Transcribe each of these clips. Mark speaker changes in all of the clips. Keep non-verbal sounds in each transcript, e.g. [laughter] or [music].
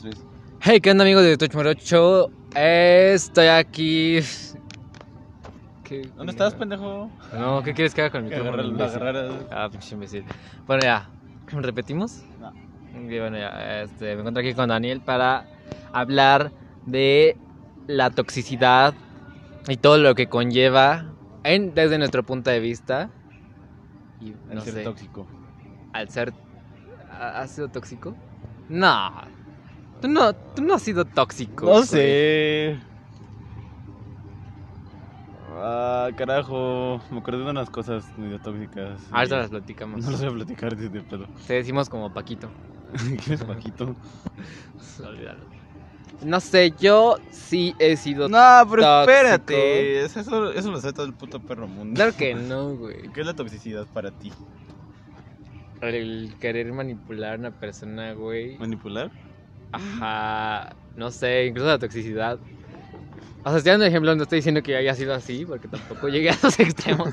Speaker 1: tres.
Speaker 2: Hey, ¿qué onda amigos de Touch Moro Show? Eh, Estoy aquí. ¿Qué-
Speaker 1: ¿Dónde estás, pendejo?
Speaker 2: No, ¿qué quieres que haga con el
Speaker 1: Que
Speaker 2: micrófono?
Speaker 1: agarrar,
Speaker 2: imbécil?
Speaker 1: agarrar-
Speaker 2: Ah, pinche imbécil. Bueno, ya. ¿Repetimos?
Speaker 1: No.
Speaker 2: Y bueno, ya. Este, me encuentro aquí con Daniel para hablar de la toxicidad y todo lo que conlleva en- desde nuestro punto de vista. Y
Speaker 1: el
Speaker 2: no
Speaker 1: ser
Speaker 2: sé,
Speaker 1: tóxico.
Speaker 2: al ser. ¿ha- ¿Has sido tóxico? No. Tú no, tú no has sido tóxico.
Speaker 1: No
Speaker 2: güey.
Speaker 1: sé. Ah, carajo. Me acordé de unas cosas medio tóxicas.
Speaker 2: Ah, Ahorita las
Speaker 1: Y
Speaker 2: platicamos.
Speaker 1: No las voy a platicar desde el [laughs] pedo.
Speaker 2: Te decimos como Paquito. [laughs]
Speaker 1: ¿Quieres Paquito?
Speaker 2: No sé, yo sí he sido.
Speaker 1: No, pero
Speaker 2: Tóxico.
Speaker 1: espérate. es- Eso, eso lo sabe todo el puto perro mundo.
Speaker 2: Claro que no, güey.
Speaker 1: ¿Qué es la toxicidad para ti?
Speaker 2: El querer manipular a una persona, güey.
Speaker 1: ¿Manipular?
Speaker 2: Ajá. No sé, incluso la toxicidad. O sea, estoy dando ejemplo, no estoy diciendo que haya sido así, porque tampoco llegué a esos [laughs] extremos.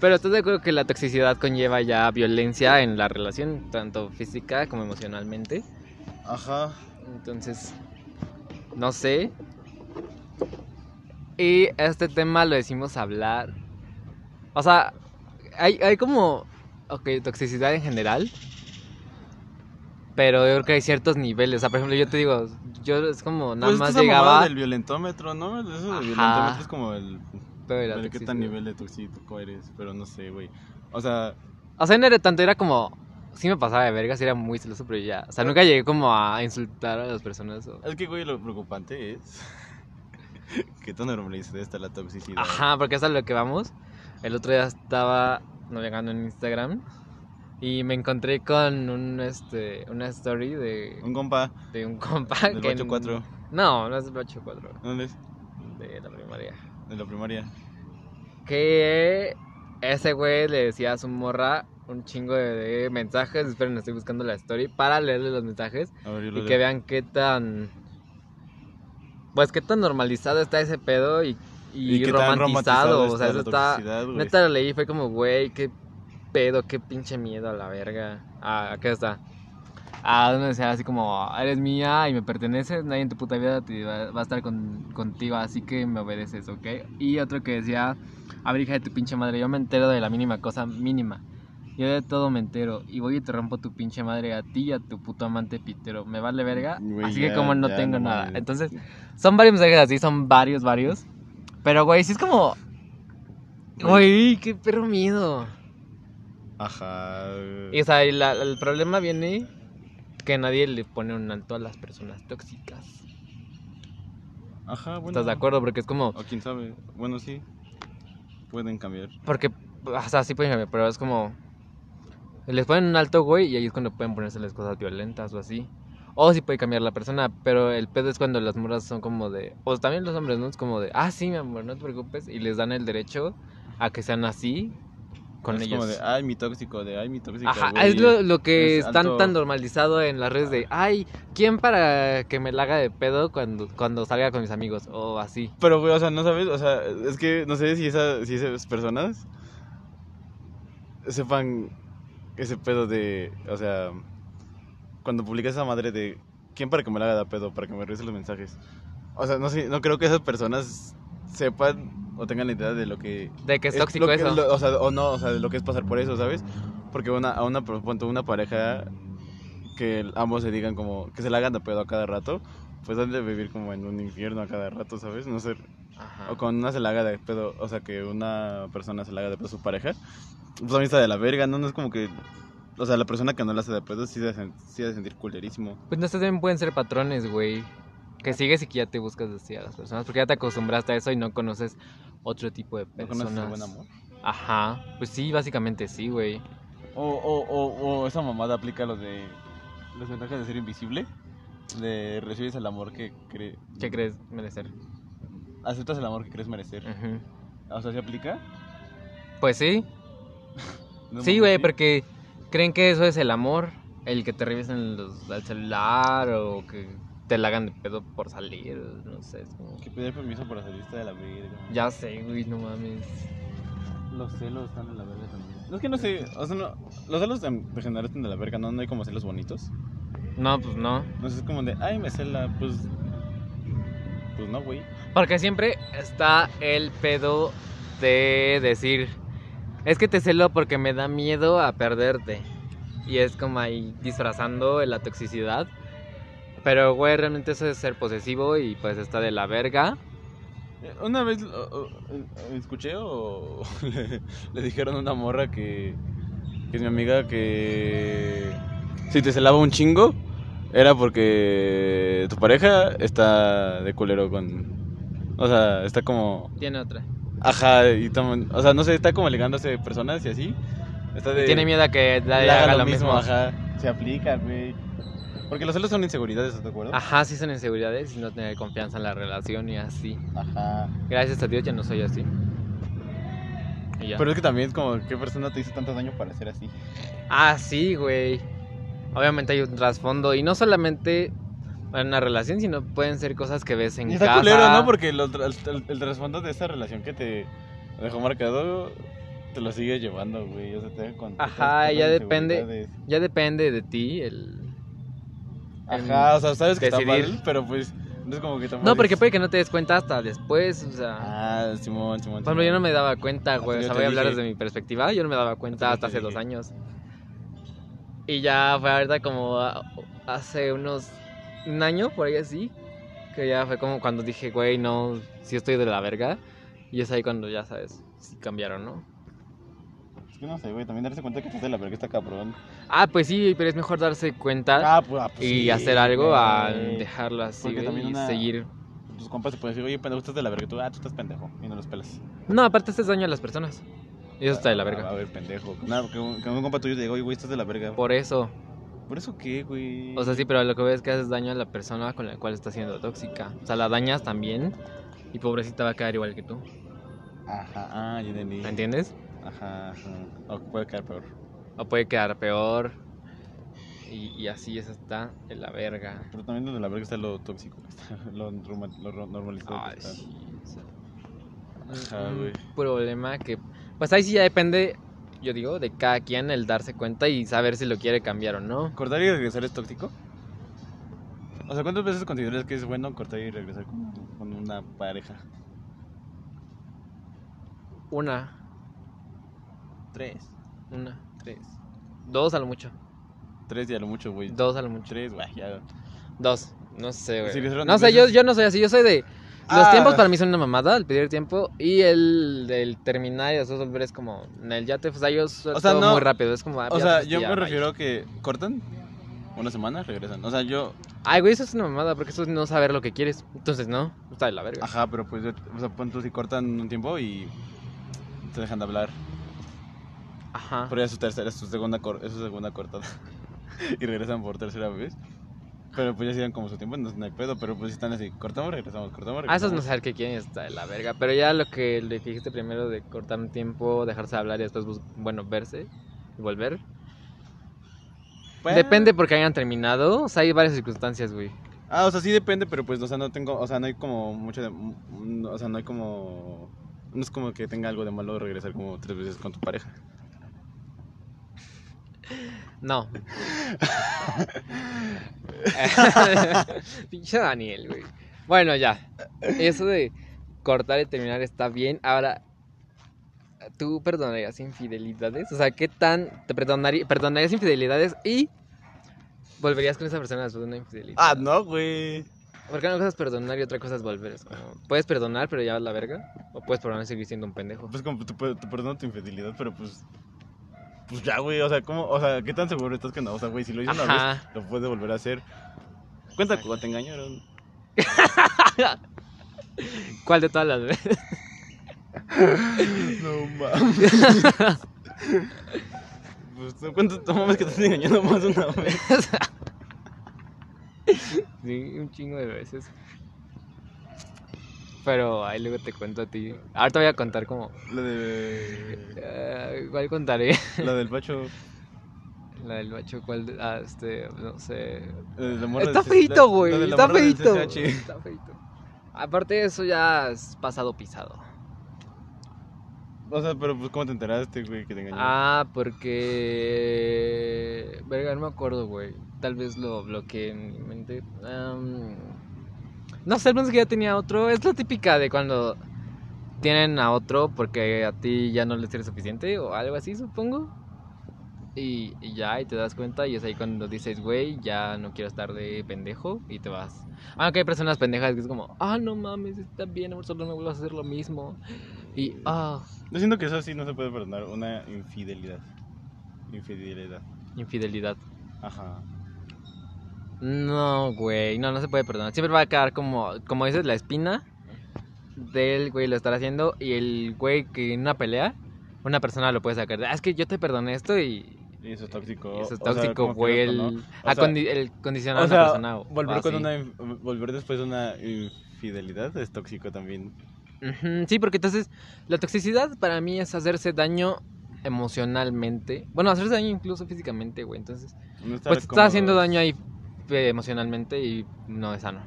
Speaker 2: Pero estoy de acuerdo que la toxicidad conlleva ya violencia en la relación, tanto física como emocionalmente.
Speaker 1: Ajá.
Speaker 2: Entonces, no sé. Y este tema lo decimos hablar. O sea, hay, hay como. Ok, toxicidad en general. Pero yo creo que hay ciertos niveles. O sea, por ejemplo, yo te digo, yo es como nada
Speaker 1: pues
Speaker 2: más
Speaker 1: esta es la mamada
Speaker 2: llegaba.
Speaker 1: del violentómetro, ¿no? Eso
Speaker 2: Ajá.
Speaker 1: del violentómetro es como el...
Speaker 2: pero era
Speaker 1: ver qué
Speaker 2: toxicidad.
Speaker 1: tan nivel de tóxico eres, pero no sé, güey. O sea,
Speaker 2: O sea, no era tanto, era como. Sí me pasaba de vergas, era muy celoso, pero ya. O sea, nunca llegué como a insultar a las personas. o-
Speaker 1: es que, güey, lo preocupante es [laughs] que tan normalizada está la toxicidad.
Speaker 2: Ajá, porque es a lo que vamos. El otro día estaba navegando en Instagram y me encontré con un este una story de,
Speaker 1: Un compa
Speaker 2: de un compa
Speaker 1: del
Speaker 2: que
Speaker 1: 8-4,
Speaker 2: No, no es del 84,
Speaker 1: ¿dónde es?
Speaker 2: de la primaria.
Speaker 1: De la primaria.
Speaker 2: Que ese güey le decía a su morra un chingo de, de mensajes, esperen, estoy buscando la story para leerle los mensajes
Speaker 1: A ver, yo lo
Speaker 2: y
Speaker 1: leo.
Speaker 2: que vean qué tan pues qué tan normalizado está ese pedo y y,
Speaker 1: qué tan
Speaker 2: romantizado, o sea,
Speaker 1: está
Speaker 2: eso
Speaker 1: la
Speaker 2: está
Speaker 1: toxicidad, güey.
Speaker 2: Neta lo leí y fue como, güey, qué pedo, qué pinche miedo a la verga. Ah, acá está. Ah, donde decía así como, eres mía y me perteneces, nadie en tu puta vida te va, va a estar con- contigo, así que me obedeces, ¿ok? Y otro que decía, a ver hija de tu pinche madre, yo me entero de la mínima cosa mínima. Yo de todo me entero y voy y te rompo tu pinche madre a ti y a tu puto amante pitero. Me vale verga,
Speaker 1: Güey,
Speaker 2: así que
Speaker 1: ya-
Speaker 2: como no
Speaker 1: ya,
Speaker 2: tengo
Speaker 1: no
Speaker 2: nada.
Speaker 1: mames.
Speaker 2: Entonces, son varios mensajes así, son varios, varios. Pero, güey, sí es como, Güey, qué perro miedo.
Speaker 1: Ajá.
Speaker 2: Y, o sea, y la- el problema viene que nadie le pone un alto a las personas tóxicas.
Speaker 1: Ajá, bueno.
Speaker 2: ¿Estás de acuerdo? Porque es como.
Speaker 1: O quién sabe. Bueno, sí. Pueden cambiar.
Speaker 2: Porque, o sea, sí pueden cambiar, pero es como. Les ponen un alto, güey, y ahí es cuando pueden ponerse las cosas violentas o así. O sí puede cambiar la persona, pero el pedo es cuando las morras son como de. O también los hombres, ¿no? Es como de. Ah, sí, mi amor, no te preocupes. Y les dan el derecho a que sean así con
Speaker 1: es
Speaker 2: ellos.
Speaker 1: como de, ay, mi tóxico, de, ay, mi tóxica,
Speaker 2: Ajá,
Speaker 1: güey.
Speaker 2: es lo, lo que
Speaker 1: Es
Speaker 2: están
Speaker 1: alto.
Speaker 2: tan normalizado en las redes de, ay, ¿quién para que me la haga de pedo cuando, cuando salga con mis amigos? O así.
Speaker 1: Pero, güey, o sea, no sabes, o sea, es que no sé si, esa, si esas personas sepan ese pedo de, o sea, cuando publicas esa madre de, ¿quién para que me la haga da pedo? Para que me revise los mensajes. O sea, no sé, no creo que esas personas sepan o tengan la idea de lo que...
Speaker 2: De que es,
Speaker 1: lo
Speaker 2: tóxico
Speaker 1: que-
Speaker 2: eso.
Speaker 1: lo- o sea, o no, o sea, de lo que es pasar por eso, ¿sabes? Porque una, a una, por ejemplo, una pareja que ambos se digan como, que se la hagan de pedo a cada rato, pues han de vivir como en un infierno a cada rato, ¿sabes? No sé,
Speaker 2: Ajá.
Speaker 1: o con una se la haga de pedo, o sea, que una persona se la haga de pedo a su pareja, pues también está de la verga, ¿no? No es como que, o sea, la persona que no la hace de pedo sí se sí ha de sentir culerísimo.
Speaker 2: Pues no sé, también pueden ser patrones, güey. Que sigues y que ya te buscas así a las personas. Porque ya te acostumbraste a eso y no conoces otro tipo de
Speaker 1: ¿No
Speaker 2: personas.
Speaker 1: conoces el buen amor?
Speaker 2: Ajá. Pues sí, básicamente sí, güey.
Speaker 1: O, o, o, o esa mamada aplica lo de los ventajas de ser invisible, de recibes el amor que crees...
Speaker 2: ¿Qué crees merecer?
Speaker 1: Aceptas el amor que crees merecer.
Speaker 2: Ujú.
Speaker 1: O sea, ¿se aplica?
Speaker 2: Pues sí. Sí, güey, porque creen que eso es el amor, el que te revisen los, el celular o que te la hagan de pedo por salir, no sé, es como...
Speaker 1: Que pedir permiso para salirte de la verga.
Speaker 2: Ya sé, güey, no mames.
Speaker 1: Los celos están en la verga también. Es que no sé, o sea, no, los celos en en general están de la verga, ¿no? No hay como celos bonitos.
Speaker 2: No, pues no.
Speaker 1: Entonces es como de, ay, me cela, pues. Pues no, güey.
Speaker 2: Porque siempre está el pedo de decir, es que te celo porque me da miedo a perderte. Y es como ahí disfrazando la toxicidad. Pero, güey, realmente eso es ser posesivo y pues está de la verga.
Speaker 1: Eh, Una vez o- o- o- escuché o [laughs] le, le dijeron a una morra que, que es mi amiga que si te celaba un chingo era porque tu pareja está de culero con... O sea, está como...
Speaker 2: Tiene otra.
Speaker 1: Ajá, y toman- o sea, no sé, está como ligándose personas y así. Está de,
Speaker 2: Tiene miedo a que
Speaker 1: le
Speaker 2: la haga, lo mismo. Ajá.
Speaker 1: Ajá, se aplica, güey. Porque los celos son inseguridades, ¿estás de acuerdo?
Speaker 2: sí son inseguridades y no tener confianza en la relación y así.
Speaker 1: Ajá.
Speaker 2: Gracias a Dios ya no soy así. Y ya.
Speaker 1: Pero es que también es como, ¿qué persona te hizo tanto daño para ser así?
Speaker 2: Ah, sí, güey. Obviamente hay un trasfondo y no solamente en una relación, sino pueden ser cosas que ves en
Speaker 1: y está
Speaker 2: casa.
Speaker 1: culero, ¿no? Porque lo tra- el, el- el trasfondo de esa relación que te dejó marcado, te lo sigue llevando, güey. O sea, te deja con...
Speaker 2: Ajá,
Speaker 1: con
Speaker 2: ya
Speaker 1: las
Speaker 2: depende.
Speaker 1: inseguridades.
Speaker 2: Ya depende de ti el...
Speaker 1: Ajá, o sea, sabes que
Speaker 2: decidir.
Speaker 1: está mal, pero pues no es como que tampoco...
Speaker 2: No, porque
Speaker 1: dices,
Speaker 2: puede que no te des cuenta hasta después, o sea...
Speaker 1: Ah, Simón, Simón.
Speaker 2: Por ejemplo,
Speaker 1: Simón.
Speaker 2: yo no me daba cuenta,
Speaker 1: Hasta
Speaker 2: güey. O
Speaker 1: yo
Speaker 2: sea,
Speaker 1: te
Speaker 2: voy a hablar
Speaker 1: dije.
Speaker 2: desde mi perspectiva. Yo no me daba cuenta
Speaker 1: Hasta
Speaker 2: hasta
Speaker 1: yo te
Speaker 2: hace dos
Speaker 1: dije.
Speaker 2: años. Y ya fue ahorita como a- hace unos... Un año, por ahí así. Que ya fue como cuando dije, güey, no, sí estoy de la verga. Y es ahí cuando ya sabes si cambiaron, ¿no?
Speaker 1: Es que no sé, güey, también darse cuenta que estás de la verga está cabrón.
Speaker 2: Ah, pues sí, pero es mejor darse cuenta
Speaker 1: pues, ah, pues
Speaker 2: y
Speaker 1: sí,
Speaker 2: hacer algo a
Speaker 1: güey.
Speaker 2: dejarlo así
Speaker 1: Porque
Speaker 2: güey,
Speaker 1: también
Speaker 2: y
Speaker 1: una-
Speaker 2: seguir.
Speaker 1: Tus compas te pueden decir, oye, pendejo, estás de la verga. Y Tú, ah, tú estás pendejo. Y no los pelas.
Speaker 2: No, aparte haces daño a las personas. Y eso está de la
Speaker 1: Ah, A
Speaker 2: verga.
Speaker 1: ver, pendejo. Nada, que un, que un compa tuyo te diga, oye, güey, estás de la verga. ¿Por,
Speaker 2: Por eso.
Speaker 1: eso qué, güey?
Speaker 2: O sea, sí, pero lo que veo es que haces daño a la persona con la cual estás siendo tóxica. O sea, la dañas también y pobrecita va a quedar igual que tú.
Speaker 1: Ajá, ah, ya entendí.
Speaker 2: ¿Me entiendes?
Speaker 1: Ajá, ajá. O puede quedar peor.
Speaker 2: O puede quedar peor. Y, y así eso está de la verga.
Speaker 1: Pero también lo de la verga está lo tóxico, que está, [laughs] lo, norma- lo ro- normalizado. que
Speaker 2: Ay,
Speaker 1: está.
Speaker 2: sí, o sea,
Speaker 1: Ajá,
Speaker 2: un
Speaker 1: güey.
Speaker 2: problema que. Pues ahí sí ya depende, yo digo, de cada quien el darse cuenta y saber si lo quiere cambiar o no.
Speaker 1: ¿Cortar y regresar es tóxico? O sea, ¿cuántas veces consideras que es bueno cortar y regresar con, con una pareja?
Speaker 2: Una,
Speaker 1: Tres.
Speaker 2: una,
Speaker 1: Tres.
Speaker 2: dos a lo mucho.
Speaker 1: Tres y a lo mucho, güey.
Speaker 2: Dos a lo mucho.
Speaker 1: Tres, güey, ya.
Speaker 2: Dos, no sé, güey.
Speaker 1: Sí, que fueron
Speaker 2: no
Speaker 1: dos
Speaker 2: sé, yo,
Speaker 1: veces.
Speaker 2: yo no soy así, yo soy de. Los
Speaker 1: Ah.
Speaker 2: tiempos para mí son una mamada, el pedir tiempo. Y el del terminar y después volver es como. En el yate, o sea, yo suelto
Speaker 1: sea, no-
Speaker 2: muy rápido. Es como. ah,
Speaker 1: O
Speaker 2: ya,
Speaker 1: sea,
Speaker 2: pues,
Speaker 1: yo
Speaker 2: ya,
Speaker 1: me
Speaker 2: bye.
Speaker 1: refiero a que cortan una semana, regresan. O sea, yo,
Speaker 2: Ay, güey, eso es una mamada porque eso es no saber lo que quieres. Entonces, no, está de la verga.
Speaker 1: ajá, pero pues, yo- o sea, pon tú si cortan un tiempo y te dejan de hablar.
Speaker 2: Ajá.
Speaker 1: Pero ya es su tercera, es su segunda, cor- es su segunda cortada. [laughs] y regresan por tercera vez. Pero pues ya sigan como su tiempo, no, no hay pedo. Pero pues están así, cortamos, regresamos, cortamos,
Speaker 2: Ah, eso es no
Speaker 1: regresamos.
Speaker 2: saber qué quieren y está de la verga. Pero ya lo que, lo que dijiste primero de cortar un tiempo, dejarse hablar y después, bus- bueno, verse y volver.
Speaker 1: Bueno.
Speaker 2: Depende porque hayan terminado. O sea, hay varias circunstancias, güey.
Speaker 1: Ah, o sea, sí depende, pero pues, o sea, no tengo, o sea, no hay como mucho de, mm, o sea, no hay como, no es como que tenga algo de malo regresar como tres veces con tu pareja.
Speaker 2: No. Pinche Daniel, güey. Bueno, ya. Eso de cortar y terminar está bien. Ahora, ¿tú perdonarías infidelidades? O sea, ¿qué tan te perdonarí- perdonarías infidelidades y volverías con esa persona después de una infidelidad?
Speaker 1: Ah, no, güey.
Speaker 2: Porque una cosa es perdonar y otra cosa es volver. Es como, puedes perdonar, pero ya vas la verga. O puedes perdonar y seguir siendo un pendejo.
Speaker 1: Pues como te, per- te perdono tu infidelidad, pero pues. Pues ya, güey. O sea, ¿cómo, o sea, ¿qué tan seguro estás que no? O sea, güey, si lo hice una
Speaker 2: Ajá.
Speaker 1: vez, lo puedes volver a hacer. Cuenta cuando te engañaron.
Speaker 2: ¿Cuál de todas las veces? [laughs]
Speaker 1: No mames. pues tú cuentas, no mames que te estás engañando más una vez.
Speaker 2: Sí, un chingo de veces. Pero ahí luego te cuento a ti. Ahora te voy a contar como.
Speaker 1: La de.
Speaker 2: eh, ¿Cuál contaré? [laughs]
Speaker 1: La del Pacho.
Speaker 2: La del macho, ¿cuál? de- ah, este, no sé.
Speaker 1: La de la morra
Speaker 2: Está
Speaker 1: del CC
Speaker 2: feito, güey.
Speaker 1: la de la
Speaker 2: Está
Speaker 1: morra del
Speaker 2: feito.
Speaker 1: CCH.
Speaker 2: Está feito. Aparte de eso, ya es pasado pisado.
Speaker 1: O sea, pero pues, ¿cómo te enteraste, güey, que te engañaron?
Speaker 2: Ah, porque. Verga, Ah, no me acuerdo, güey. tal vez lo bloqueé en mi mente. Am, no sé, pensé que ya tenía otro. Es la típica de cuando tienen a otro porque a ti ya no le sirve suficiente o algo así, supongo. Y, y ya, y te das cuenta y es ahí cuando dices, güey, ya no quiero estar de pendejo y te vas. Aunque hay personas pendejas que es como, ah, no mames, está bien, amor, solo no vuelvas a hacer lo mismo. Y, ah,
Speaker 1: Yo siento que eso sí no se puede perdonar, una infidelidad. Infidelidad.
Speaker 2: infidelidad.
Speaker 1: Ajá.
Speaker 2: No, güey, no, no se puede perdonar. Siempre va a quedar como, como dices, la espina del güey lo estar haciendo y el güey que en una pelea, una persona lo puede sacar. "Ah, Es que yo te perdoné esto y...
Speaker 1: Y eso es tóxico.
Speaker 2: y eso es
Speaker 1: o sea,
Speaker 2: tóxico,
Speaker 1: como que
Speaker 2: güey.
Speaker 1: loco, ¿no?
Speaker 2: el,
Speaker 1: O sea,
Speaker 2: acondi- el condicionar
Speaker 1: O
Speaker 2: a
Speaker 1: sea,
Speaker 2: una persona. Ah, o-
Speaker 1: volver,
Speaker 2: o
Speaker 1: con
Speaker 2: así.
Speaker 1: una, inf- volver después de una infidelidad es tóxico también.
Speaker 2: Ujú, Sí, porque entonces la toxicidad para mí es hacerse daño emocionalmente. Bueno, hacerse daño incluso físicamente, güey. Entonces,
Speaker 1: No estar
Speaker 2: pues te
Speaker 1: cómodo.
Speaker 2: estás haciendo daño ahí eh, emocionalmente y no es sano.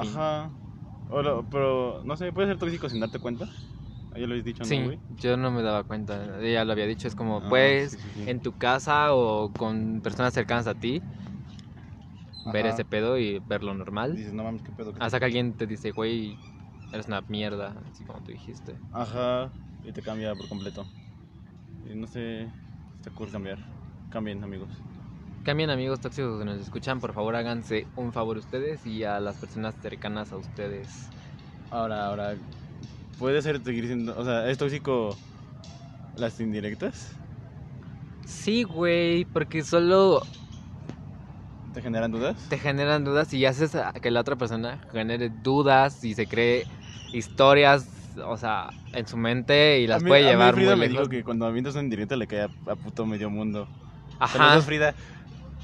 Speaker 2: Fin.
Speaker 1: Ajá. O lo- pero, no sé, puede ser tóxico sin darte cuenta. Ah, Ya lo habéis dicho, ¿no,
Speaker 2: Sí,
Speaker 1: güey?
Speaker 2: yo no me daba cuenta, ella lo había dicho, es como,
Speaker 1: Ah,
Speaker 2: pues,
Speaker 1: sí, sí, sí.
Speaker 2: en tu casa o con personas cercanas a ti, ver
Speaker 1: Ajá.
Speaker 2: ese pedo y verlo normal,
Speaker 1: Dices, no mames, qué pedo. que-
Speaker 2: hasta que alguien te dice, güey, eres una mierda, así como tú dijiste.
Speaker 1: Ajá. Y te cambia por completo. Y no sé, está cool cambiar. Cambien, amigos.
Speaker 2: Cambien amigos tóxicos que nos escuchan, por favor háganse un favor ustedes y a las personas cercanas a ustedes.
Speaker 1: Ahora, ahora, puede ser seguir siendo, o sea, ¿es tóxico las indirectas?
Speaker 2: Sí, güey, porque solo
Speaker 1: ¿Te generan dudas?
Speaker 2: te generan dudas y haces a que la otra persona genere dudas y se cree historias, o sea, en su mente y las
Speaker 1: A mí-
Speaker 2: puede
Speaker 1: a mí
Speaker 2: llevar muy
Speaker 1: Frida me
Speaker 2: lejos.
Speaker 1: dijo que cuando avientas una indirecta le cae a, a puto medio mundo.
Speaker 2: Ajá,
Speaker 1: Saludos, Frida.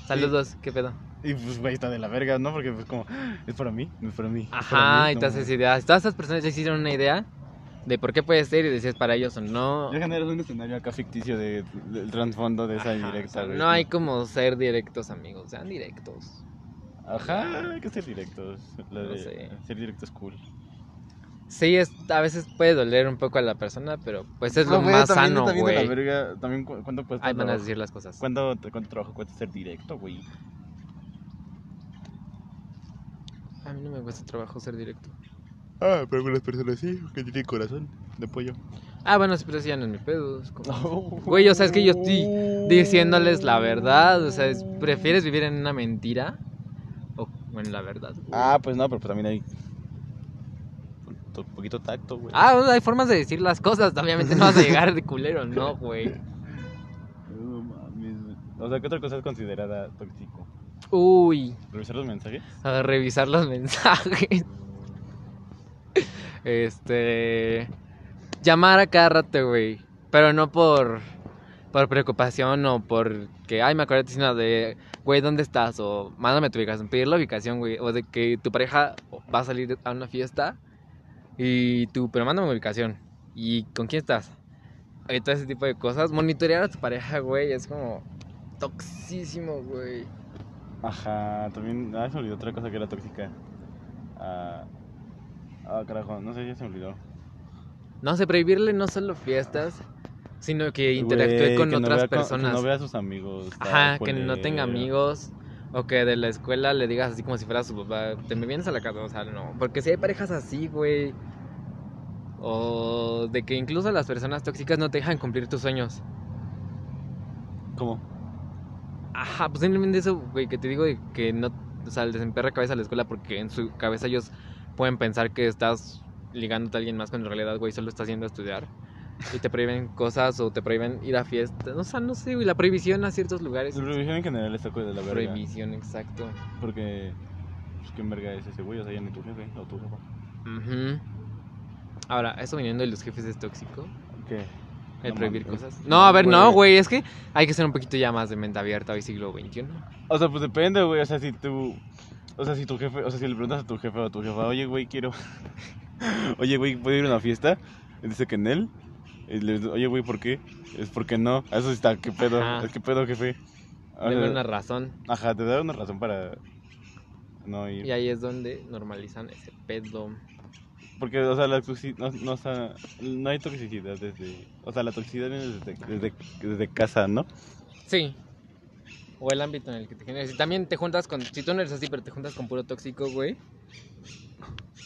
Speaker 2: saludos, qué pedo.
Speaker 1: Y pues, güey, está de la verga, ¿no? Porque pues como, es para mí, no es para mí. es para
Speaker 2: Ajá,
Speaker 1: mí,
Speaker 2: y
Speaker 1: no
Speaker 2: te haces
Speaker 1: mames.
Speaker 2: ideas. Todas estas personas ya hicieron una idea de por qué puede ser y de si es para ellos o no.
Speaker 1: Ya generas un escenario acá ficticio de- del trasfondo de esa
Speaker 2: Ajá,
Speaker 1: indirecta,
Speaker 2: o sea,
Speaker 1: güey.
Speaker 2: no hay como ser directos, amigos, sean directos.
Speaker 1: Ajá, hay que ser directos. La
Speaker 2: No
Speaker 1: de-
Speaker 2: sé.
Speaker 1: Ser directo es cool.
Speaker 2: Sí, es, a veces puede doler un poco a la persona, pero pues es
Speaker 1: No,
Speaker 2: lo
Speaker 1: güey,
Speaker 2: más
Speaker 1: también-
Speaker 2: sano,
Speaker 1: también de la
Speaker 2: güey.
Speaker 1: verga, también cu- cuánto cuesta
Speaker 2: Hay maneras
Speaker 1: trabajo?
Speaker 2: de decir las cosas.
Speaker 1: ¿Cuánto, ¿Cuánto trabajo cuesta ser directo, güey?
Speaker 2: A mí no me cuesta trabajo ser directo.
Speaker 1: Ah, pero algunas personas sí, que tienen corazón de pollo. [laughs]
Speaker 2: Ah, bueno, sí, pero eso ya no es mi pedo. es como- Güey, o sea, es que yo estoy diciéndoles la verdad. O sea, es- ¿prefieres vivir en una mentira o en la verdad? güey?
Speaker 1: Ah, pues no, pero pues también hay. Un poquito tacto, güey.
Speaker 2: Ah, o sea, hay formas de decir las cosas. Obviamente no vas a llegar de culero, no, güey.
Speaker 1: No mames, güey. O sea, ¿qué otra cosa es considerada tóxico?
Speaker 2: Uy,
Speaker 1: ¿Revisar los mensajes?
Speaker 2: a revisar los [laughs] mensajes. Este. Llamar a cada rato, güey. Pero no por. Por preocupación o por que, ay, me acordé de ti", sino de, güey, ¿dónde estás? O mándame tu ubicación, pedir la ubicación, güey. O de que tu pareja va a salir a una fiesta y tú, pero mándame ubicación. ¿Y con quién estás? Y todo ese tipo de cosas. Monitorear a tu pareja, güey, es como toxísimo, güey.
Speaker 1: Ajá, también. Ah, se me olvidó otra cosa que era tóxica. Ah, ah carajo, no sé, ya se me olvidó.
Speaker 2: No sé, prohibirle no solo fiestas, sino que interactúe
Speaker 1: Güey,
Speaker 2: con
Speaker 1: que no
Speaker 2: otras
Speaker 1: vea con-
Speaker 2: personas.
Speaker 1: que no vea a sus amigos. está
Speaker 2: Ajá, que no tenga
Speaker 1: culero.
Speaker 2: amigos. O que de la escuela le digas así como si fuera su papá, te me vienes a la casa, o sea, no. Porque si hay parejas así, güey. O de que incluso las personas tóxicas no te dejan cumplir tus sueños.
Speaker 1: ¿Cómo?
Speaker 2: Ajá, pues simplemente eso, güey, que te digo de que no, o sea, les emperra cabeza a la escuela porque en su cabeza ellos pueden pensar que estás ligándote a alguien más cuando en realidad, güey, solo estás yendo a estudiar. Y te prohíben cosas o te prohíben ir a fiestas. O sea, no sé, güey, la prohibición a ciertos lugares.
Speaker 1: La prohibición en general está de la verga.
Speaker 2: Prohibición, exacto.
Speaker 1: Porque. Pues, ¿Qué verga es ese güey? O sea, ya ni tu jefe, o tu jefa.
Speaker 2: Ujú. Ahora, eso viniendo de los jefes es tóxico.
Speaker 1: ¿Qué?
Speaker 2: El
Speaker 1: No
Speaker 2: prohibir
Speaker 1: mames.
Speaker 2: cosas. No, a ver, no,
Speaker 1: güey.
Speaker 2: güey, es que hay que ser un poquito ya más de mente abierta hoy siglo XXI.
Speaker 1: O sea, pues depende, güey. O sea, si tú. O sea, si tu jefe. O sea, si le preguntas a tu jefe o a tu jefa, oye, güey, quiero. [laughs] oye, güey, ¿puedo ir a una fiesta? Y dice que en él. Y le dice, oye, güey, ¿por qué? Es porque no. "Ah, Eso sí está, qué pedo.
Speaker 2: Ajá.
Speaker 1: Es que pedo, jefe. O
Speaker 2: Debe
Speaker 1: sea,
Speaker 2: una razón.
Speaker 1: Ajá, te da una razón para. No ir.
Speaker 2: Y ahí es donde normalizan ese pedo.
Speaker 1: Porque, o sea, la toxi- no, no, o sea, no hay toxicidad desde. O sea, la toxicidad viene desde, desde, desde casa, ¿no?
Speaker 2: Sí. O el ámbito en el que te generes. Si también te juntas con. Si tú no eres así, pero te juntas con puro tóxico, güey.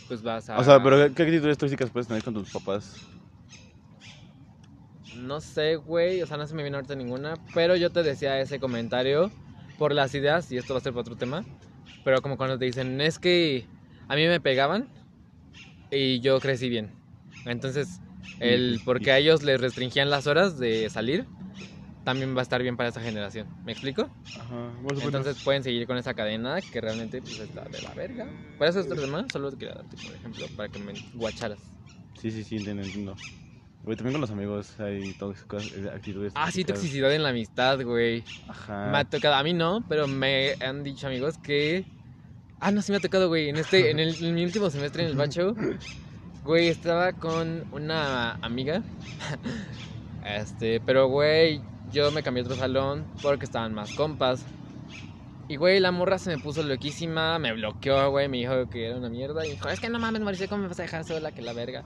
Speaker 2: Pues vas a.
Speaker 1: O sea, pero ¿qué- ¿qué actitudes tóxicas puedes tener con tus papás?
Speaker 2: No sé, güey. O sea, no se me viene ahorita ninguna. Pero yo te decía ese comentario por las ideas. Y esto va a ser para otro tema. Pero como cuando te dicen, es que a mí me pegaban. Y yo crecí bien. Entonces, el
Speaker 1: [laughs] Ujú,
Speaker 2: porque a ellos les restringían las horas de salir. También va a estar bien para esa generación. ¿Me explico?
Speaker 1: Ajá,
Speaker 2: Entonces pueden seguir con esa cadena que realmente pues, está de la verga. Para eso es otro tema, solo te quería darte, por ejemplo, para que me guacharas.
Speaker 1: Sí, sí, sí, entiendo, entiendo. Güey, también con los amigos hay tóxicos, eh, actitudes
Speaker 2: Ah, sí,
Speaker 1: tóxicas.
Speaker 2: toxicidad en la amistad, güey.
Speaker 1: Ajá.
Speaker 2: Me ha tocado, a mí no, pero me han dicho amigos que... Ah, no, sí me ha tocado, güey. En, este, en, el, en mi último semestre en el bacho, güey, estaba con una amiga. [laughs] Este, pero, güey, yo me cambié a otro salón porque estaban más compas. Y, güey, la morra se me puso loquísima, me bloqueó, güey, me dijo que era una mierda. Y dijo, es que no mames, Mauricio, ¿cómo me vas a dejar sola que la verga?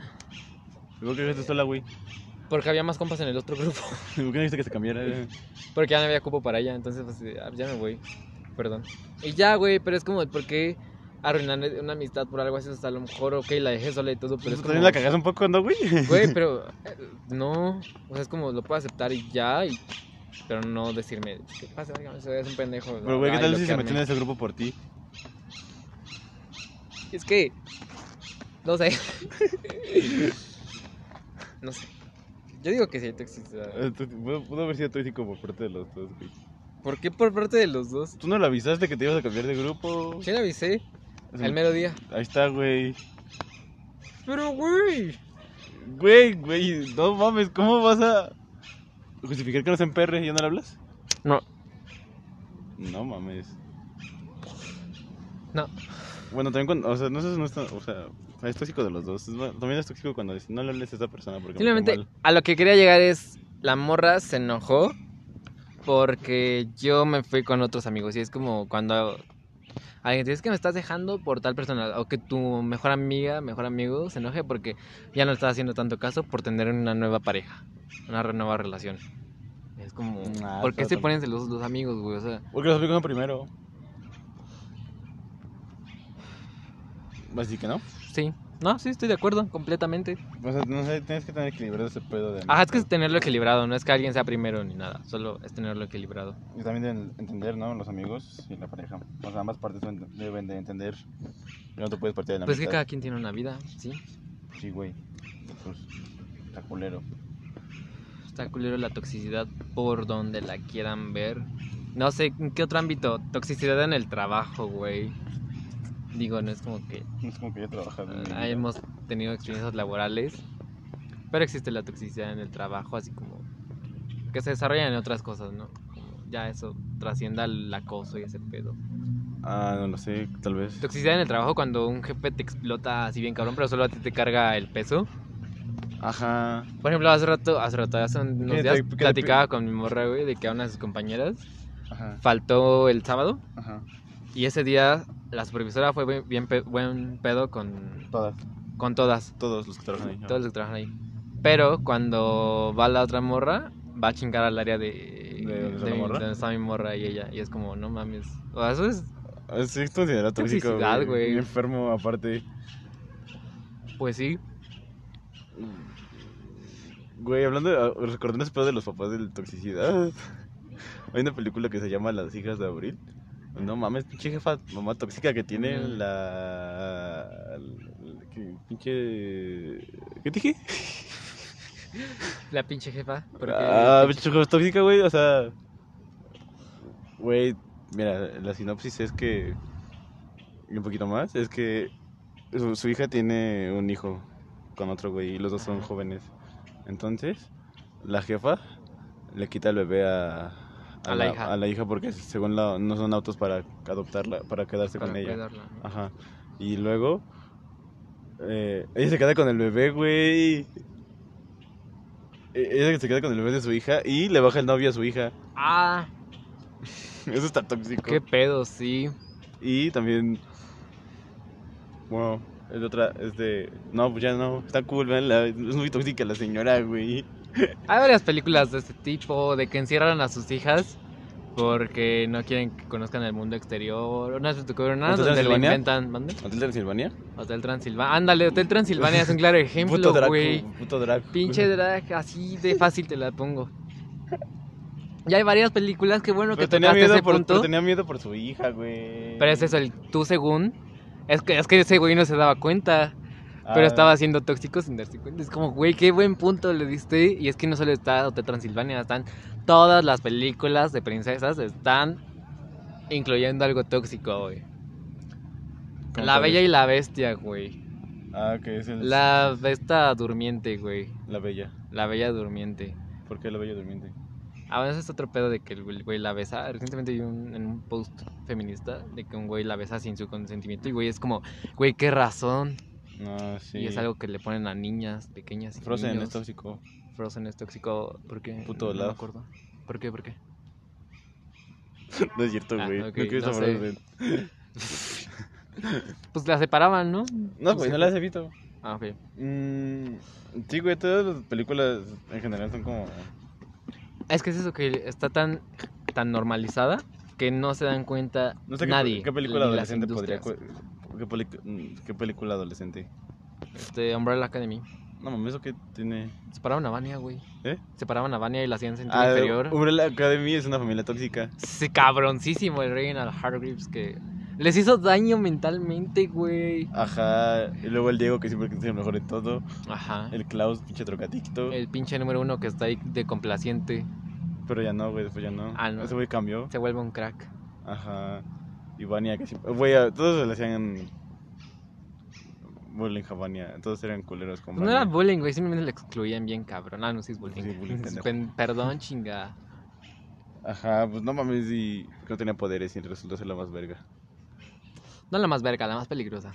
Speaker 1: ¿Por qué dejaste sola, güey? [laughs]
Speaker 2: Porque había más compas en el otro grupo.
Speaker 1: ¿Por qué no dijiste que se cambiara?
Speaker 2: Pues, Porque ya no había cupo para ella, entonces pues, eh, ah, ya me voy. Perdón. Y ya, güey, pero es como, ¿por qué arruinar una amistad por algo así? Hasta a lo mejor, ok, la dejé sola y todo, pero
Speaker 1: Pero
Speaker 2: es pues, como...
Speaker 1: también la cagaste un poco, ¿no, güey? [laughs]
Speaker 2: Güey, pero eh, no, o sea, es como, lo puedo aceptar y ya, y- pero no decirme, ¿qué pasa? verga? Eso es un pendejo.
Speaker 1: Pero, güey, ¿qué
Speaker 2: ay,
Speaker 1: tal si se
Speaker 2: bloquearme.
Speaker 1: metió en ese grupo por ti?
Speaker 2: Es que, no
Speaker 1: [laughs]
Speaker 2: sé. no sé. Yo digo que sí hay toxicidad.
Speaker 1: Eh, tú- Pudo pudo haber sido tóxico por parte de los dos, güey.
Speaker 2: ¿Por qué por parte de los dos?
Speaker 1: ¿Tú no le avisaste que te ibas a cambiar de grupo?
Speaker 2: Yo le avisé
Speaker 1: O sea,
Speaker 2: al mero día.
Speaker 1: Ahí está, güey.
Speaker 2: Pero, güey.
Speaker 1: Güey, güey, no mames, ¿cómo vas a justificar que no es en PR? ¿Ya no le hablas?
Speaker 2: No,
Speaker 1: No mames.
Speaker 2: no.
Speaker 1: Bueno, también cuando, o sea, no sé, no es tan- o sea, es tóxico de los dos. Es ma- también es tóxico cuando dices, no le hables a esa persona porque me cae
Speaker 2: Simplemente
Speaker 1: mal".
Speaker 2: a lo que quería llegar es, la morra se enojó porque yo me fui con otros amigos y es como cuando alguien te dice "Es que me estás dejando por tal persona o que tu mejor amiga, mejor amigo se enoje porque ya no estás haciendo tanto caso por tener una nueva pareja, una re- nueva relación. Es como,
Speaker 1: Ah,
Speaker 2: ¿por qué
Speaker 1: pero
Speaker 2: se
Speaker 1: tam-
Speaker 2: ponen celosos los amigos, güey? O sea,
Speaker 1: Porque los amigos son primero. Así que no.
Speaker 2: sí. No, sí, estoy de acuerdo, completamente.
Speaker 1: O sea, no sé, tienes que tener equilibrado ese pedo de.
Speaker 2: Ajá, es que es
Speaker 1: amistad.
Speaker 2: tenerlo equilibrado, no es que alguien sea primero ni nada, solo es tenerlo equilibrado.
Speaker 1: Y también deben entender, ¿no? Los amigos y la pareja. O sea, ambas partes deben- deben de entender que no te puedes partir de la
Speaker 2: Pues que cada
Speaker 1: mitad.
Speaker 2: quien tiene una vida, ¿sí?
Speaker 1: Sí, güey. Pues, está culero. [laughs]
Speaker 2: Está culero la toxicidad por donde la quieran ver. No sé, ¿en qué otro ámbito? Toxicidad en el trabajo, güey. Digo, no es como que
Speaker 1: Es como que ya trabajas. en mi
Speaker 2: ah,
Speaker 1: vida.
Speaker 2: hemos tenido experiencias laborales, pero existe la toxicidad en el trabajo, así como que se desarrollan en otras cosas, ¿no? Como Ya eso trascienda al acoso y ese pedo.
Speaker 1: Ah, no lo sé, tal vez.
Speaker 2: Toxicidad en el trabajo cuando un jefe te explota así bien cabrón, pero solo a ti te carga el peso.
Speaker 1: Ajá.
Speaker 2: Por ejemplo, hace rato, hace rato, hace unos
Speaker 1: ¿Qué te-
Speaker 2: días
Speaker 1: qué te-
Speaker 2: platicaba con mi morra, güey, de que a una de sus compañeras
Speaker 1: Ajá.
Speaker 2: faltó el sábado
Speaker 1: Ajá.
Speaker 2: y ese día la supervisora fue bien, bien pe- buen pedo con,
Speaker 1: Todas.
Speaker 2: con todas,
Speaker 1: Todos los que trabajan ahí. ¿no?
Speaker 2: todos los que trabajan ahí. Pero cuando va la otra morra, va a chingar al área de,
Speaker 1: ¿De dónde está la
Speaker 2: mi-
Speaker 1: morra?
Speaker 2: donde está mi morra y ella. Y es como, no mames. O sea, eso es,
Speaker 1: Ah, Sí, es considerado tóxico.
Speaker 2: Toxicidad,
Speaker 1: güey.
Speaker 2: güey.
Speaker 1: Y enfermo, aparte.
Speaker 2: pues sí.
Speaker 1: Güey, hablando de. ah, Recordando ese pedo de los papás de la toxicidad. Hay una película que se llama Las hijas de Abril. No mames, pinche jefa, mamá tóxica que tiene
Speaker 2: Mm.
Speaker 1: la. la- que pinche. ¿Qué dije?
Speaker 2: La pinche jefa. Porque
Speaker 1: Ah, pinche jefa tóxica, güey, o sea. Güey, mira, la sinopsis es que. y Un poquito más, es que su, su hija tiene un hijo con otro güey y los dos son
Speaker 2: Ajá.
Speaker 1: jóvenes. Entonces, la jefa le quita el bebé a.
Speaker 2: A la hija.
Speaker 1: a la hija porque según la, no son autos para adoptarla, para quedarse
Speaker 2: para
Speaker 1: con ella.
Speaker 2: cuidarla, ¿no?
Speaker 1: Ajá. Y luego. eh, ella se queda con el bebé, güey. E- Ella se queda con el bebé de su hija y le baja el novio a su hija. [laughs]
Speaker 2: Ah,
Speaker 1: Eso está tóxico.
Speaker 2: qué pedo, sí.
Speaker 1: Y también. Bueno, el otra es de. No, pues ya no. Está cool, véanla, Es muy tóxica la señora, güey.
Speaker 2: Hay varias películas de este tipo, de que encierran a sus hijas Porque no quieren que conozcan el mundo exterior. Una vez me tocó ver una
Speaker 1: ¿Hotel
Speaker 2: donde le
Speaker 1: Transilvania?
Speaker 2: inventan. ¿Mande?
Speaker 1: ¿Hotel Transilvania?
Speaker 2: Hotel Transilvania. Ándale, Hotel Transilvania es un claro ejemplo,
Speaker 1: [laughs] puto Draco,
Speaker 2: güey.
Speaker 1: puto Draco. [laughs]
Speaker 2: Pinche drag, así de fácil te la pongo. Ya hay varias películas que bueno
Speaker 1: Pero
Speaker 2: que
Speaker 1: tenía,
Speaker 2: tocaste
Speaker 1: miedo
Speaker 2: ese
Speaker 1: por,
Speaker 2: punto.
Speaker 1: pero tenía miedo por su hija, güey.
Speaker 2: Pero es eso, el tú según. Es que, es que ese güey no se daba cuenta.
Speaker 1: Ah,
Speaker 2: Pero estaba siendo tóxico sin darse cuenta. Es como, güey, qué buen punto le diste. Y es que no solo está Hotel Transilvania, están todas las películas de princesas, están incluyendo algo tóxico, güey.
Speaker 1: ¿cómo
Speaker 2: La
Speaker 1: cuál
Speaker 2: Bella
Speaker 1: es?
Speaker 2: y la Bestia, güey.
Speaker 1: Ah, que es el... La...
Speaker 2: La Besta Durmiente, güey.
Speaker 1: Bella.
Speaker 2: La Bella Durmiente.
Speaker 1: ¿Por qué la Bella Durmiente?
Speaker 2: Ah, bueno, eso es otro pedo de que el güey güey la besa. Recientemente vi un, en un post feminista de que un güey la besa sin su consentimiento. Y güey, es como, güey, qué razón.
Speaker 1: No, Ah, sí.
Speaker 2: Y es algo que le ponen a niñas pequeñas. y
Speaker 1: Frozen
Speaker 2: niños.
Speaker 1: es tóxico.
Speaker 2: [laughs]
Speaker 1: [laughs]
Speaker 2: Frozen es tóxico porque
Speaker 1: Puto
Speaker 2: no, me
Speaker 1: Olaf.
Speaker 2: acuerdo. ¿Por qué? ¿Por qué?
Speaker 1: No es cierto,
Speaker 2: Ah,
Speaker 1: güey.
Speaker 2: ok,
Speaker 1: no quiero
Speaker 2: no
Speaker 1: saber
Speaker 2: sé.
Speaker 1: de-
Speaker 2: Pues la separaban, Pues ¿no?
Speaker 1: No, güey, no las he visto.
Speaker 2: Ah, ok.
Speaker 1: pues, Mm, sí, güey, todas las películas en general son como...
Speaker 2: Es que es eso que está tan tan normalizada que no se dan cuenta
Speaker 1: No sé qué-
Speaker 2: nadie.
Speaker 1: qué, película
Speaker 2: ni las
Speaker 1: adolescente podría...
Speaker 2: industrias.
Speaker 1: cu- ¿Qué, pelic- mm, qué película adolescente?
Speaker 2: Este, Umbrella Academy.
Speaker 1: No, mames, eso que tiene...
Speaker 2: Separaban a Vania, güey.
Speaker 1: ¿Eh?
Speaker 2: Separaban a Vania y la hacían sentir
Speaker 1: Ah,
Speaker 2: inferior.
Speaker 1: Umbrella Academy es una familia tóxica.
Speaker 2: Sí, cabroncísimo el Reginald Hargreaves que les hizo daño mentalmente, güey.
Speaker 1: Ajá. Y luego el Diego, que siempre es el mejor en todo.
Speaker 2: Ajá. El,
Speaker 1: El Klaus, pinche trocadicto.
Speaker 2: pinche número uno que está ahí de complaciente
Speaker 1: Pero ya no, güey, después ya no.
Speaker 2: Ah, no.
Speaker 1: Ese güey cambió.
Speaker 2: se vuelve un crack.
Speaker 1: Ajá. Y Vania, que siempre. Güey, a- todos le hacían. Bullying a Vania. Todos eran culeros con
Speaker 2: Pues no era
Speaker 1: Vania.
Speaker 2: bullying, güey, simplemente le excluían bien cabrón. Ah, no, sí es bullying.
Speaker 1: Sí, bullying, pendejo.
Speaker 2: Pen- Perdón, chinga.
Speaker 1: Ajá, pues no mames, y que no tenía poderes y resultó ser la más verga.
Speaker 2: No la más verga, la más peligrosa.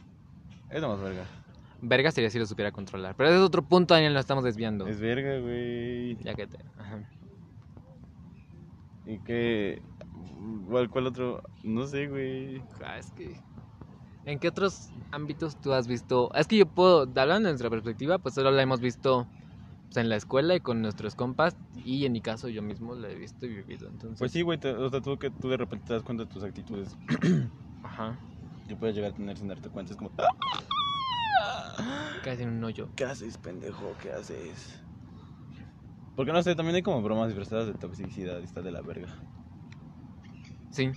Speaker 1: Es la más verga.
Speaker 2: Verga sería si lo supiera controlar. Pero ese es otro punto, Daniel, lo estamos desviando.
Speaker 1: Es verga, güey.
Speaker 2: Ya que te... ajá.
Speaker 1: Y que. ¿Cuál, ¿Cuál otro? No sé, güey.
Speaker 2: Ah, es que... ¿En qué otros ámbitos tú has visto? Es que yo puedo, hablando de nuestra perspectiva, pues solo la hemos visto pues, en la escuela y con nuestros compas. Y en mi caso yo mismo la he visto y vivido. Entonces,
Speaker 1: Pues sí, güey, te- o sea, tú, que, tú de repente te das cuenta de tus actitudes
Speaker 2: Ajá.
Speaker 1: que puedes llegar a tener sin darte cuenta. Es como, "Ah,
Speaker 2: Casi en un hoyo.
Speaker 1: ¿qué haces, pendejo? ¿Qué haces? Porque no sé, también hay como bromas disfrazadas de toxicidad y está de la verga.
Speaker 2: Sí,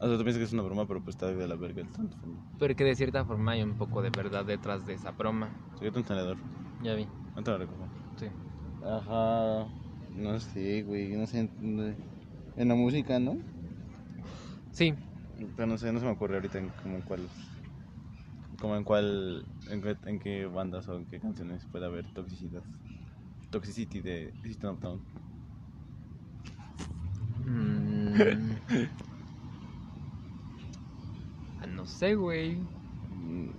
Speaker 1: O sea, tú piensas que es una broma, pero pues está de la verga el tanto. fondo.
Speaker 2: porque de cierta forma hay un poco de verdad detrás de esa broma.
Speaker 1: Soy un tenedor.
Speaker 2: Ya vi.
Speaker 1: No te lo recojo.
Speaker 2: Sí.
Speaker 1: Ajá. No sé, güey. No sé. En la música, ¿no?
Speaker 2: Sí,
Speaker 1: Pero no sé, no se me ocurre ahorita en, como en cuál. Como en cuál. En, qué- en qué bandas o en qué canciones puede haber toxicidad. Toxicity de System of Down.
Speaker 2: Mm. [laughs] Ah, No sé, güey.
Speaker 1: Mm,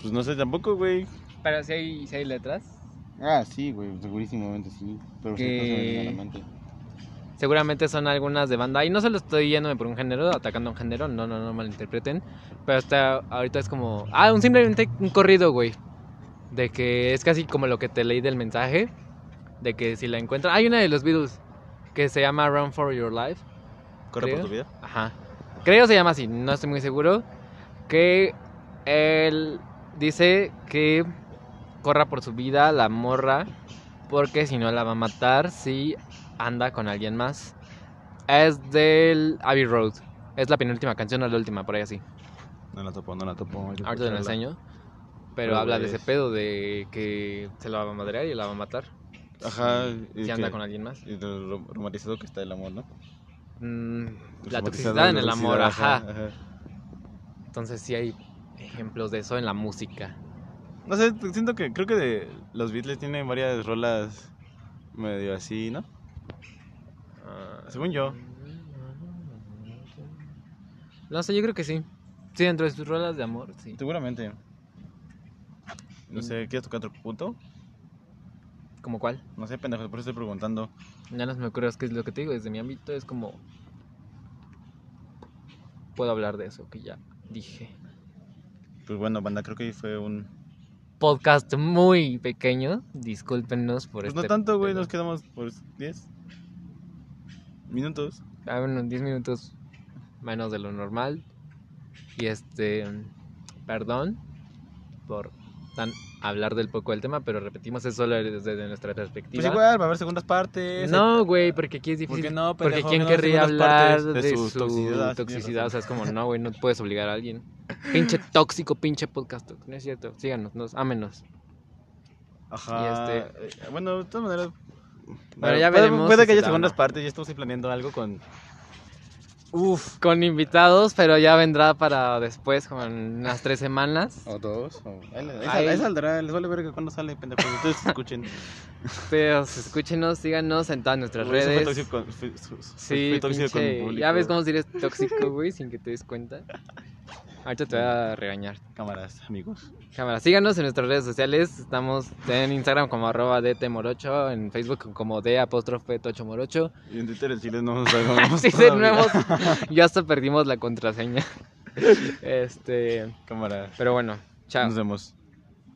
Speaker 1: Pues no sé tampoco, güey.
Speaker 2: Pero si hay, si hay letras.
Speaker 1: Ah, sí, güey, segurísimamente sí. Pero
Speaker 2: sí, no se me viene a la
Speaker 1: mente.
Speaker 2: Seguramente son algunas de banda. Y no solo estoy yéndome por un género, atacando un género. No, no, no malinterpreten. Pero hasta ahorita es como. Ah, un simplemente un corrido, güey. De que es casi como lo que te leí del mensaje. De que si la encuentran. Hay una de los Beatles que se llama Run for Your Life.
Speaker 1: Corre
Speaker 2: Creo.
Speaker 1: por tu vida.
Speaker 2: Ajá. Creo se llama así, no estoy muy seguro. Que él dice que corra por su vida la morra. Porque si no la va a matar si anda con alguien más. Es del Abbey Road. Es la penúltima canción o la última, por ahí así.
Speaker 1: No la topo, no la topo. hay que
Speaker 2: Ahorita te la
Speaker 1: escucharla.
Speaker 2: enseño. Pero
Speaker 1: Pero
Speaker 2: habla de ese
Speaker 1: pues-
Speaker 2: pedo de que se la va a madrear y la va a matar.
Speaker 1: Ajá.
Speaker 2: Si, si anda con alguien más.
Speaker 1: Y de lo romantizado que está el amor, ¿no?
Speaker 2: Mm, la
Speaker 1: Romantizado,
Speaker 2: toxicidad en el
Speaker 1: toxicidad,
Speaker 2: amor, ajá.
Speaker 1: ajá.
Speaker 2: Entonces sí hay ejemplos de eso en la música.
Speaker 1: No sé, siento que. Creo que de los Beatles tienen varias rolas medio así, ¿no?
Speaker 2: Ah,
Speaker 1: Según yo.
Speaker 2: No sé, yo creo que sí. Sí, dentro de sus rolas de amor, sí.
Speaker 1: Seguramente. No sé, ¿quieres tocar otro punto?
Speaker 2: ¿Como cuál?
Speaker 1: No sé, pendejo, por eso estoy preguntando.
Speaker 2: Ya no se me ocurre, es que es lo que te digo, desde mi ámbito es como... Puedo hablar de eso que ya dije.
Speaker 1: Pues bueno, banda, creo que fue un.
Speaker 2: Podcast muy pequeño, discúlpenos por
Speaker 1: Pues
Speaker 2: este...
Speaker 1: no tanto, güey,
Speaker 2: pedo.
Speaker 1: nos quedamos por 10 minutos.
Speaker 2: Ah, bueno, 10 minutos menos de lo normal. Y este, perdón por tan hablar del poco del tema, pero repetimos eso solo desde nuestra perspectiva.
Speaker 3: Pues igual, va a haber segundas partes.
Speaker 2: No, güey, porque aquí es difícil.
Speaker 3: ¿Por qué no,
Speaker 2: Porque
Speaker 3: pendejo?
Speaker 2: quién
Speaker 3: ¿Qué no
Speaker 2: querría
Speaker 3: hacen unas
Speaker 2: hablar
Speaker 3: partes
Speaker 2: de, su, toxicidad. o sea, es como, no, güey, no puedes obligar a alguien. Pinche tóxico, pinche podcast. No es cierto. Síganos, nos, ámenos.
Speaker 1: Ajá.
Speaker 2: Y
Speaker 1: Eh, Bueno, de todas maneras. eh,
Speaker 2: Bueno, ya
Speaker 1: puede-
Speaker 2: veremos
Speaker 1: Puede
Speaker 2: si se
Speaker 1: que haya
Speaker 2: da o
Speaker 1: segundas
Speaker 2: no.
Speaker 1: partes. Ya estamos ahí planeando algo con.
Speaker 2: Uf. Con invitados, pero ya vendrá para después, como en unas tres
Speaker 1: [laughs]
Speaker 2: semanas.
Speaker 1: O dos. O... Ahí, ahí
Speaker 2: Ahí.
Speaker 1: sal- ahí saldrá. Les vale ver que cuando sale, pendejos. Ustedes escuchen.
Speaker 2: Ustedes escúchenos, síganos en todas nuestras
Speaker 1: Güey, eso fue
Speaker 2: redes.
Speaker 1: tóxico con- fue- su- su-
Speaker 2: Sí,
Speaker 1: fue tóxico con
Speaker 2: pinche,
Speaker 1: el público.
Speaker 2: ya ves cómo si eres tóxico, güey, sin que te des cuenta. Ahorita te voy a regañar.
Speaker 1: Cámaras, amigos.
Speaker 2: Cámara, síganos en nuestras redes sociales. Estamos en Instagram como arroba DTMorocho, en Facebook como D apóstrofe Tocho Morocho.
Speaker 1: Y en Twitter en Chile no [laughs]
Speaker 2: [laughs]
Speaker 1: sabemos.
Speaker 2: Sí, de
Speaker 1: todavía.
Speaker 2: nuevo, ya hasta perdimos la contraseña. [laughs] Este,
Speaker 1: Cámara.
Speaker 2: pero bueno, chao.
Speaker 1: Nos vemos.